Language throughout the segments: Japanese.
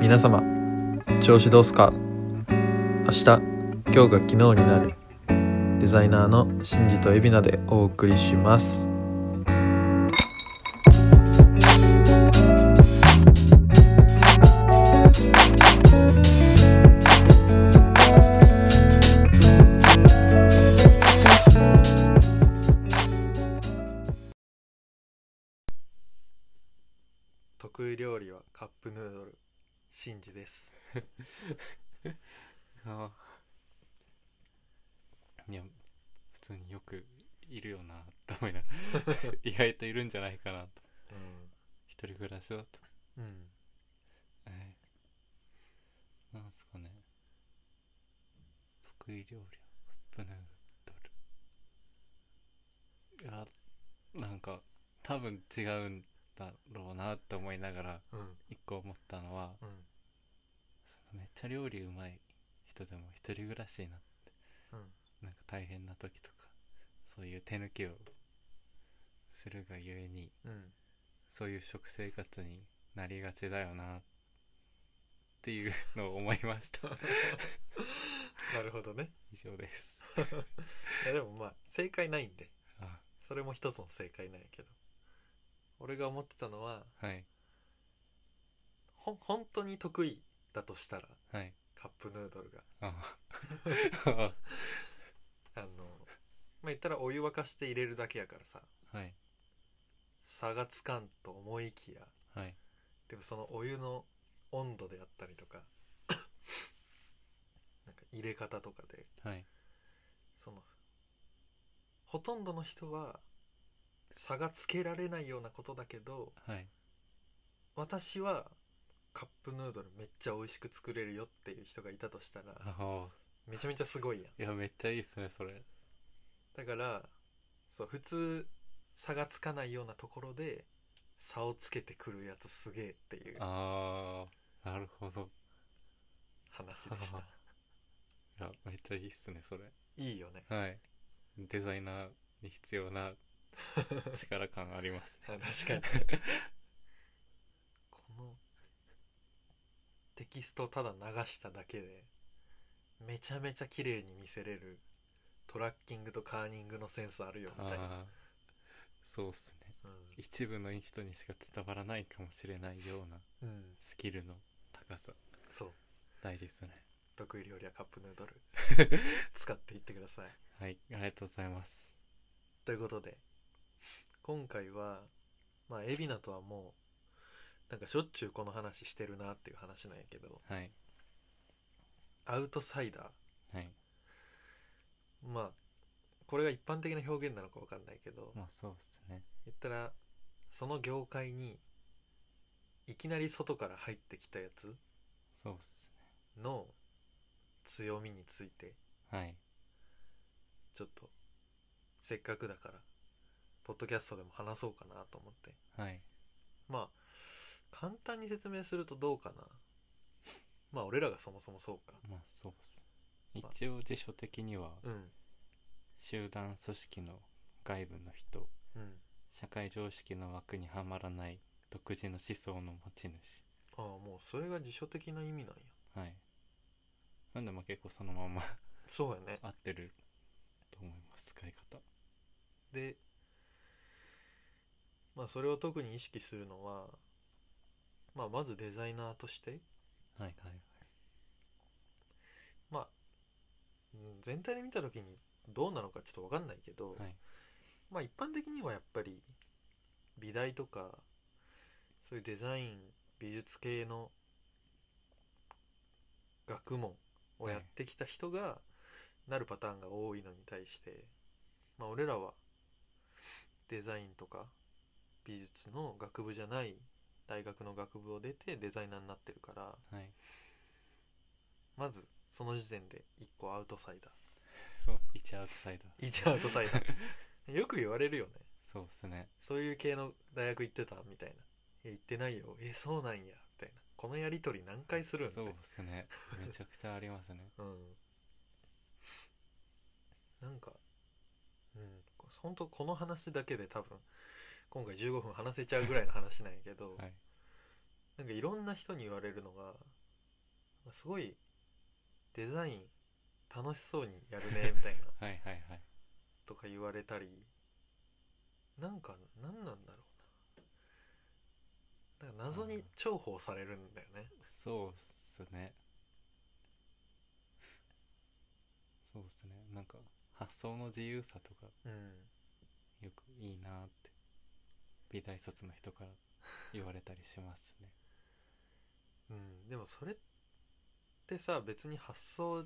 皆様調子どうすか明日今日が昨日になるデザイナーのシンジとエビナでお送りします得意料理はカップヌードルシンジですあ あいや普通によくいるよなって思いながら 意外といるんじゃないかなと一人暮らしだと、うん、うん、えーなんすかね得意料理はカップヌードルいやなんか多分違うんだろうなって思いながらうん一個思ったのはうんそのめっちゃ料理うまい人でも一人暮らしになってうんなんか大変な時とかそういう手抜きをするがゆえにうんそういう食生活になりがちだよなっていうのを思いましたなるほどね 以上ですいやでもまあ正解ないんであそれも一つの正解なんやけど俺が思ってたのははいほん本当に得意だとしたらはいカップヌードルがあああのまあ言ったらお湯沸かして入れるだけやからさはい差がつかんと思いきやはいでもそのお湯の温度であったりとか なんか入れ方とかではいそのほとんどの人は差がつけられないようなことだけどはい私はカップヌードルめっちゃ美味しく作れるよっていう人がいたとしたらああめちゃめちゃすごいやんいやめっちゃいいっすねそれだからそう普通差がつかないようなところで差をつけてくるやつすげえっていうああなるほど話で したあいやめっちゃいいっすねそれいいよ ね はいデザイナーに必要な力感ありますあね確かに このテキストをただ流しただけでめちゃめちゃ綺麗に見せれるトラッキングとカーニングのセンスあるよみたいな、ああそうっすねう一部の人にしか伝わらないかもしれないようなんうん、スキルの高さそう大事ですね得意料理はカップヌード ル使っていってくださいはいありがとうございますということで今回はまあ海老名とはもうなんかしょっちゅうこの話してるなっていう話なんやけどはいアウトサイダーはいまあこれが一般的な表現なのかわかんないけどまあそうっすね言ったらその業界にいきなり外から入ってきたやつそうっすの強みについてねはいちょっとせっかくだからポッドキャストでも話そうかなと思ってはいまあ簡単に説明するとどうかなまあ俺らがそもそもそうかまあそうっす一応辞書的にはうん集団組織の外部の人うん社会常識の枠にはまらない独自の思想の持ち主ああもうそれが辞書的な意味なんやはいなんでまあ結構そのまま そうやね合ってると思います使い方でまあそれを特に意識するのはまあまずデザイナーとしてはいはいまあうん全体で見た時にどうなのかちょっと分かんないけど、はいまあ一般的にはやっぱり美大とかそういうデザイン美術系の学問をやってきた人がなるパターンが多いのに対してまあ俺らはデザインとか美術の学部じゃない大学の学部を出てデザイナーになってるからはいまずその時点で一個アウトサイダそう一アウトサイダー一アウトサイダーよく言われるよねそうっすねそういう系の大学行ってたみたいな。え、行ってないよ。え、そうなんや。みたいな。このやりとり何回するんだそうっすねめちゃくちゃありますねうん。なんか、うん。本当この話だけで多分、今回15分話せちゃうぐらいの話なんやけど、 はいなんかいろんな人に言われるのが、まあすごいデザイン楽しそうにやるねみたいなはいはいはいとか言われたりなんか何なんだろうなだから謎に重宝されるんだよねそうっすねそうっすねなんか発想の自由さとかうんよくいいなって美大卒の人から言われたりしますねうん、でもそれってさ別に発想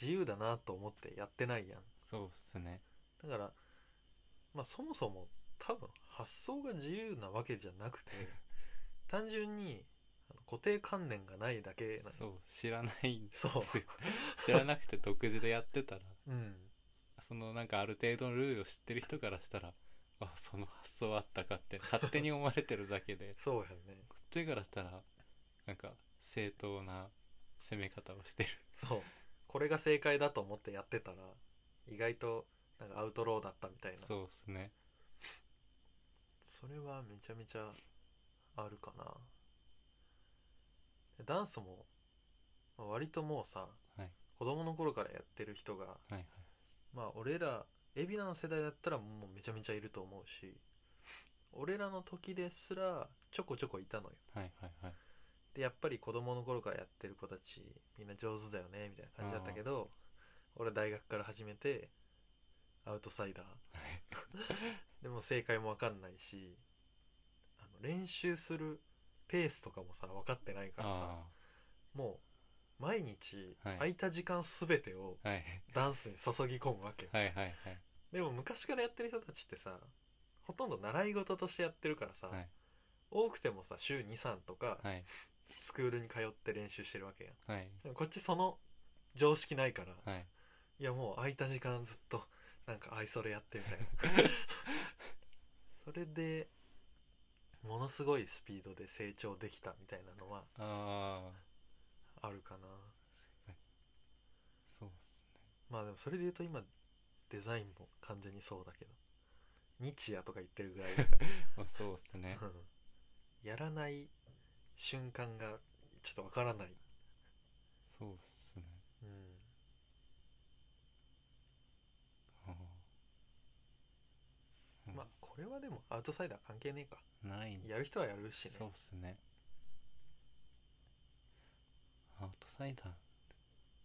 自由だなと思ってやってないやんそうっすねだからまあそもそも多分発想が自由なわけじゃなく て単純にあの固定観念がないだけなのそう知らないんですそよう知らなくて独自でやってたらうんそのなんかある程度のルールを知ってる人からしたらあその発想あったかって勝手に思われてるだけ でそうやねこっちからしたらなんか正当な攻め方をしてるそうこれが正解だと思ってやってたら意外となんかアウトローだったみたいなそうっすねそれはめちゃめちゃあるかなダンスもまあ割ともうさ、はい子供の頃からやってる人がはいはいまあ俺らエビナの世代だったらもうめちゃめちゃいると思うし俺らの時ですらちょこちょこいたのよはいはいはいでやっぱり子供の頃からやってる子たちみんな上手だよねみたいな感じだったけど俺大学から始めてアウトサイダーはい でも正解も分かんないしあの練習するペースとかもさ分かってないからさあもう毎日はい空いた時間全てをあはいダンスに注ぎ込むわけ、はいはいでも昔からやってる人たちってさほとんど習い事としてやってるからさ、はい多くてもさ週23とかはいはいスクールに通って練習してるわけやんはいでもこっちその常識ないから、はいいやもう空いた時間ずっとなんか愛それやってみたいなそれでものすごいスピードで成長できたみたいなのはあああるかなそうっすねまあでもそれで言うと今デザインも完全にそうだけど日夜とか言ってるぐらいだかまあそうっす ねらうんやらない瞬間がちょっとわからない、そうっすねうん、ああまあこれはでもアウトサイダー関係ねえかないやる人はやるしねそうっすねアウトサイダーっ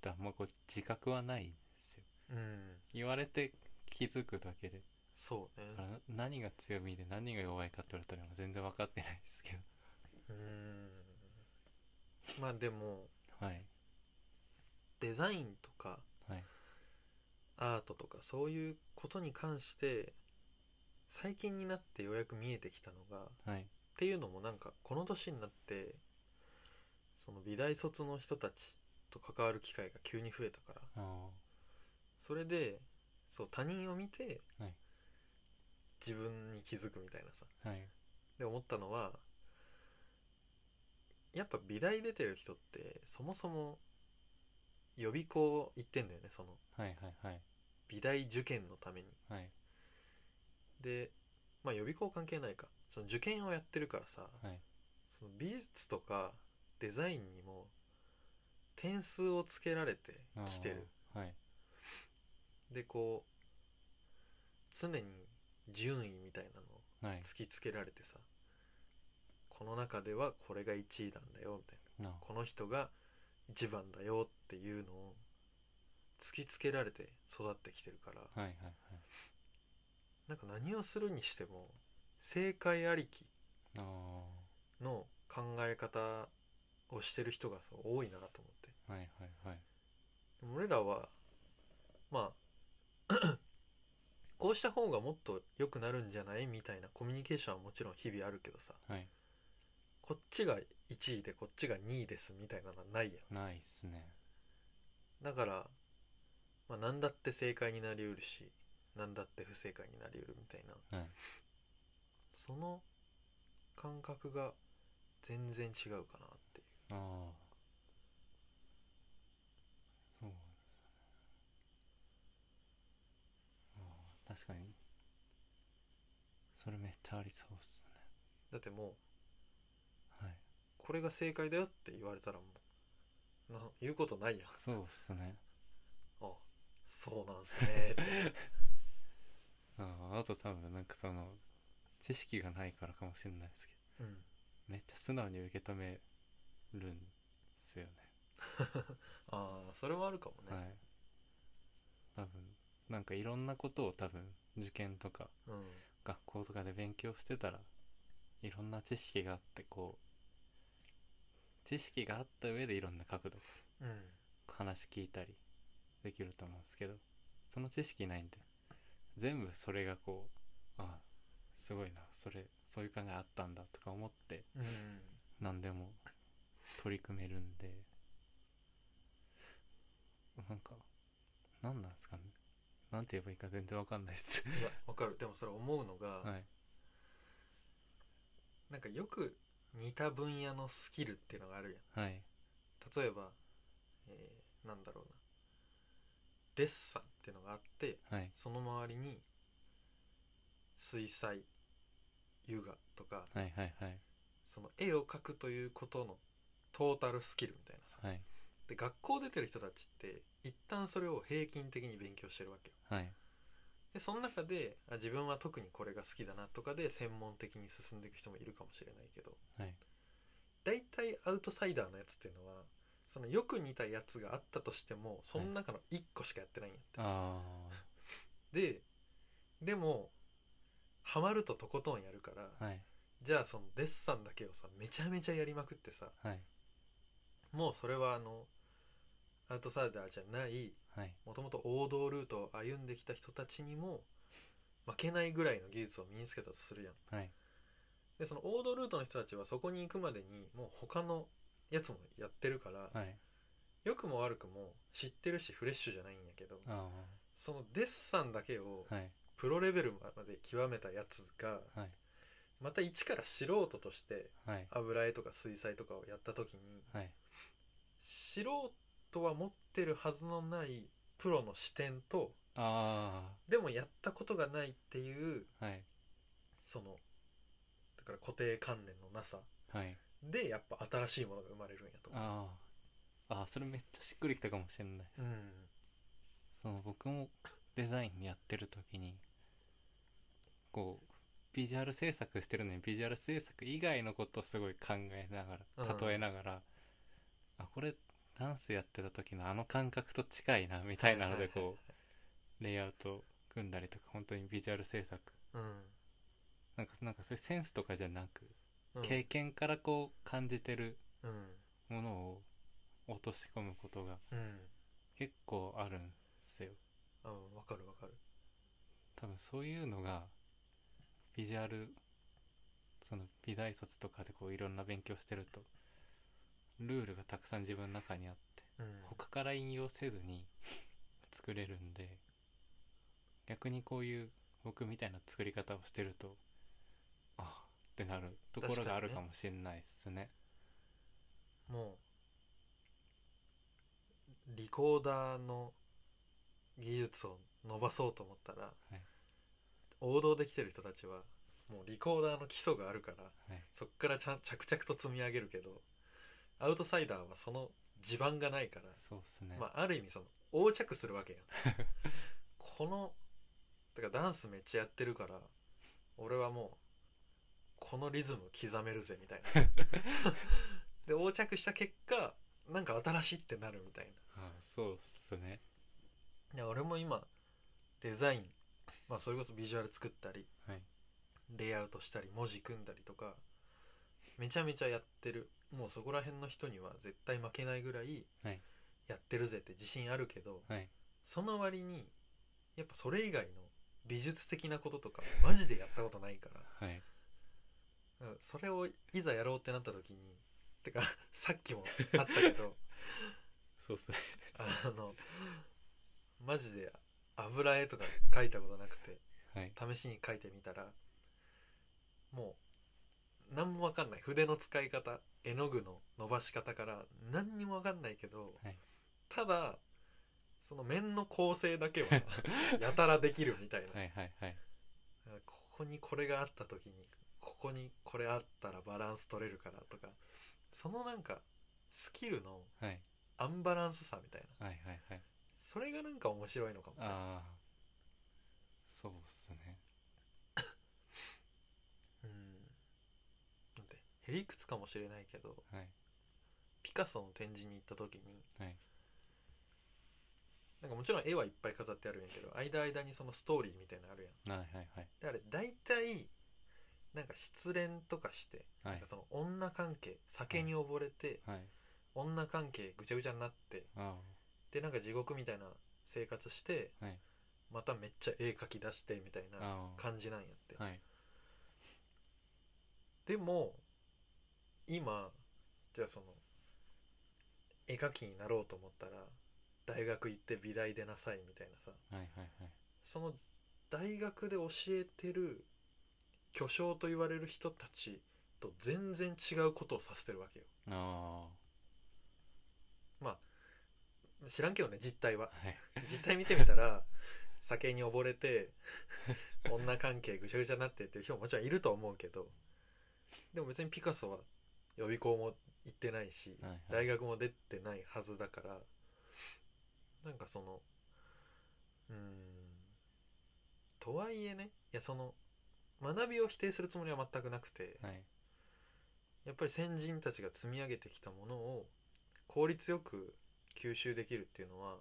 てあんまこう自覚はないんですようん言われて気づくだけでそうねだから何が強みで何が弱いかって言われたら全然分かってないですけうーんまあでもどはいデザインとかはいアートとかそういうことに関して最近になってようやく見えてきたのがっはいていうのもなんかこの年になってその美大卒の人たちと関わる機会が急に増えたからあそれでそう他人を見てはい自分に気づくみたいなさあはいで思ったのはやっぱ美大出てる人ってそもそも予備校行ってんだよねそのはいはいはい美大受験のためにはいでまあ予備校関係ないかその受験をやってるからさはいその美術とかデザインにも点数をつけられてあーきてるはいでこう常に順位みたいなのをはい突きつけられてさこの中ではこれが1位なんだよみたいななあこの人が一番だよっていうのを突きつけられて育ってきてるからはいはいはいなんか何をするにしても正解ありきあの考え方をしてる人がそう多いなと思ってーはいはいはいでも俺らはまあ こうした方がもっと良くなるんじゃないみたいなコミュニケーションはもちろん日々あるけどさはいこっちが1位でこっちが2位ですみたいなのはないやんないっすねだから、まあ、何だって正解になりうるし何だって不正解になりうるみたいなはいその感覚が全然違うかなっていああそうなんですねああ確かにそれめっちゃありそうっすうだってもうねはいこれが正解だよって言われたらもうな言うことないやんそうっすねあそうなんすね ってああと多分なんかその知識がないからかもしれないですけうどんめっちゃ素直に受け止めるんですよねああそれはあるかもね、はい多分なんかいろんなことを多分受験とかうん学校とかで勉強してたらいろんな知識があってこう知識があった上でいろんな角度うん話聞いたりできると思うんですけどその知識ないんで全部それがこうあすごいなそれそういう考えあったんだとか思ってうん何でも取り組めるんでなんか何なんですかねなんて言えばいいか全然わかんないですいやわかるでもそれ思うのが、はいなんかよく似た分野のスキルっていうのがあるやはいん例えば、えーなんだろうなデッサンっていうのがあってはいその周りに水彩油画とかはいはいはいその絵を描くということのトータルスキルみたいなさ、はいで学校出てる人たちって一旦それを平均的に勉強してるわけよはいでその中であ自分は特にこれが好きだなとかで専門的に進んでいく人もいるかもしれないけどはい大体アウトサイダーのやつっていうのはそのよく似たやつがあったとしてもその中の1個しかやってないんやって、あででもハマるととことんやるから、あはいじゃあそのデッサンだけをさめちゃめちゃやりまくってさはいもうそれはあのアウトサイダーじゃないはいもともと王道ルートを歩んできた人たちにも負けないぐらいの技術を身につけたとするやんはいでその王道ルートの人たちはそこに行くまでにもう他のやつもやってるから、はい良くも悪くも知ってるしフレッシュじゃないんやけどあそのデッサンだけをあはいプロレベルまで極めたやつがはいまた一から素人としてはい油絵とか水彩とかをやった時にはい素人は持ってるはずのないプロの視点とあでもやったことがないっていうあはいそのだから固定観念のなさはいでやっぱ新しいものが生まれるんやと思うあああーそれめっちゃしっくりきたかもしれないうんその僕もデザインやってる時にこうビジュアル制作してるのにビジュアル制作以外のことをすごい考えながうんら例えながら、あこれダンスやってた時のあの感覚と近いなみたいなのではいはいこ うレイアウト組んだりとか本当にビジュアル制作うんなんかなんかそういうセンスとかじゃなく、うん経験からこう感じてるうんものを落とし込むことがうん結構あるんですよあわかるわかる多分そういうのがビジュアルその美大卒とかでこういろんな勉強してるとルールがたくさん自分の中にあってうん他から引用せずに作れるんで逆にこういう僕みたいな作り方をしてるとあってなるところがあ確かにるねかもしれないですねもうリコーダーの技術を伸ばそうと思ったら、い王道できてる人たちはもうリコーダーの基礎があるからはいそっからちゃん着々と積み上げるけどアウトサイダーはその地盤がないから、そうですね、まあ、ある意味その横着するわけやんこのだからダンスめっちゃやってるから俺はもうこのリズム刻めるぜみたいなで横着した結果なんか新しいってなるみたいあそうですねないや俺も今デザイン、まあ、それこそビジュアル作ったりはいレイアウトしたり文字組んだりとかめちゃめちゃやってるもうそこら辺の人には絶対負けないぐらいはいやってるぜって自信あるけど、はいその割にやっぱそれ以外の美術的なこととかマジでやったことないからはいだからそれをいざやろうってなった時にてかさっきもあったけど そうっすねあのマジで油絵とか描いたことなくてはい試しに描いてみたらもう何も分かんない筆の使い方絵の具の伸ばし方から何にも分かんないけどはいただその面の構成だけはやたらできるみたいなはいはいはいここにこれがあった時にここにこれあったらバランス取れるからとかそのなんかスキルのはいアンバランスさみたいなはいはいはいそれがなんか面白いのかもねああそうっすねうんなんてへりくつかもしれないけどはいピカソの展示に行った時にはいなんかもちろん絵はいっぱい飾ってあるんやけど間間にそのストーリーみたいなのあるやんはいはいはいであれ大体なんか失恋とかして、はなんいかその女関係酒に溺れて、はい女関係ぐちゃぐちゃになってあでなんか地獄みたいな生活してあはいまためっちゃ絵描き出してみたいなあ感じなんやって、あはいでも今じゃあその絵描きになろうと思ったら大学行って美大出なさいみたいなさはいはいはいその大学で教えてる巨匠と言われる人たちと全然違うことをさせてるわけよあまあ知らんけどね実態はあはい 実態見てみたら酒に溺れて女関係ぐちゃぐちゃになってっていう人ももちろんいると思うけどでも別にピカソは予備校も行ってないし、はいはい大学も出てないはずだからなんかそのうーんとはいえねいやその学びを否定するつもりは全くなくて、はいやっぱり先人たちが積み上げてきたものを効率よく吸収できるっていうのは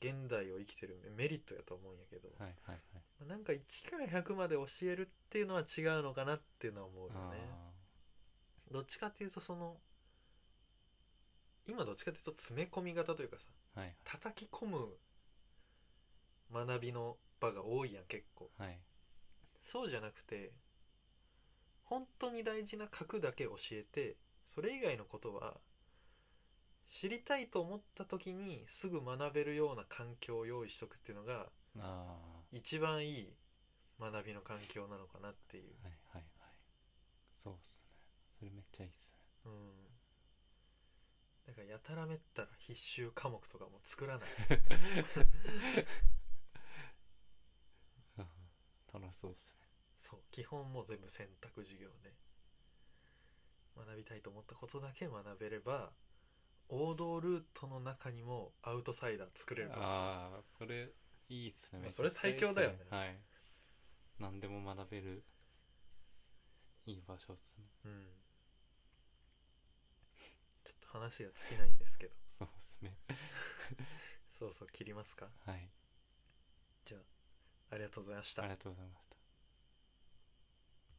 現代を生きてるメリットやと思うんやけど、はいはいはいまあなんか1から100まで教えるっていうのは違うのかなっていうのは思うよあねどっちかっていうとその今どっちかっていうと詰め込み型というかさあはい叩き込む学びの場が多いやん結構はいそうじゃなくて本当に大事な核だけ教えてそれ以外のことは知りたいと思った時にすぐ学べるような環境を用意しとくっていうのがああ一番いい学びの環境なのかなっていう、はいはいはいそうっすねそれめっちゃいいっすねうん、だからやたらめったら必修科目とかも作らない楽しそうっすねそう基本もう全部選択授業ね学びたいと思ったことだけ学べれば王道ルートの中にもアウトサイダー作れるかもしれないああそれいいっすねまあめちゃくちゃそれ最強だよねいいっすはい何でも学べるいい場所っすねうんちょっと話が尽きないんですけどそうっすねそうそう切りますかはいじゃあありがとうございましたありがとうございました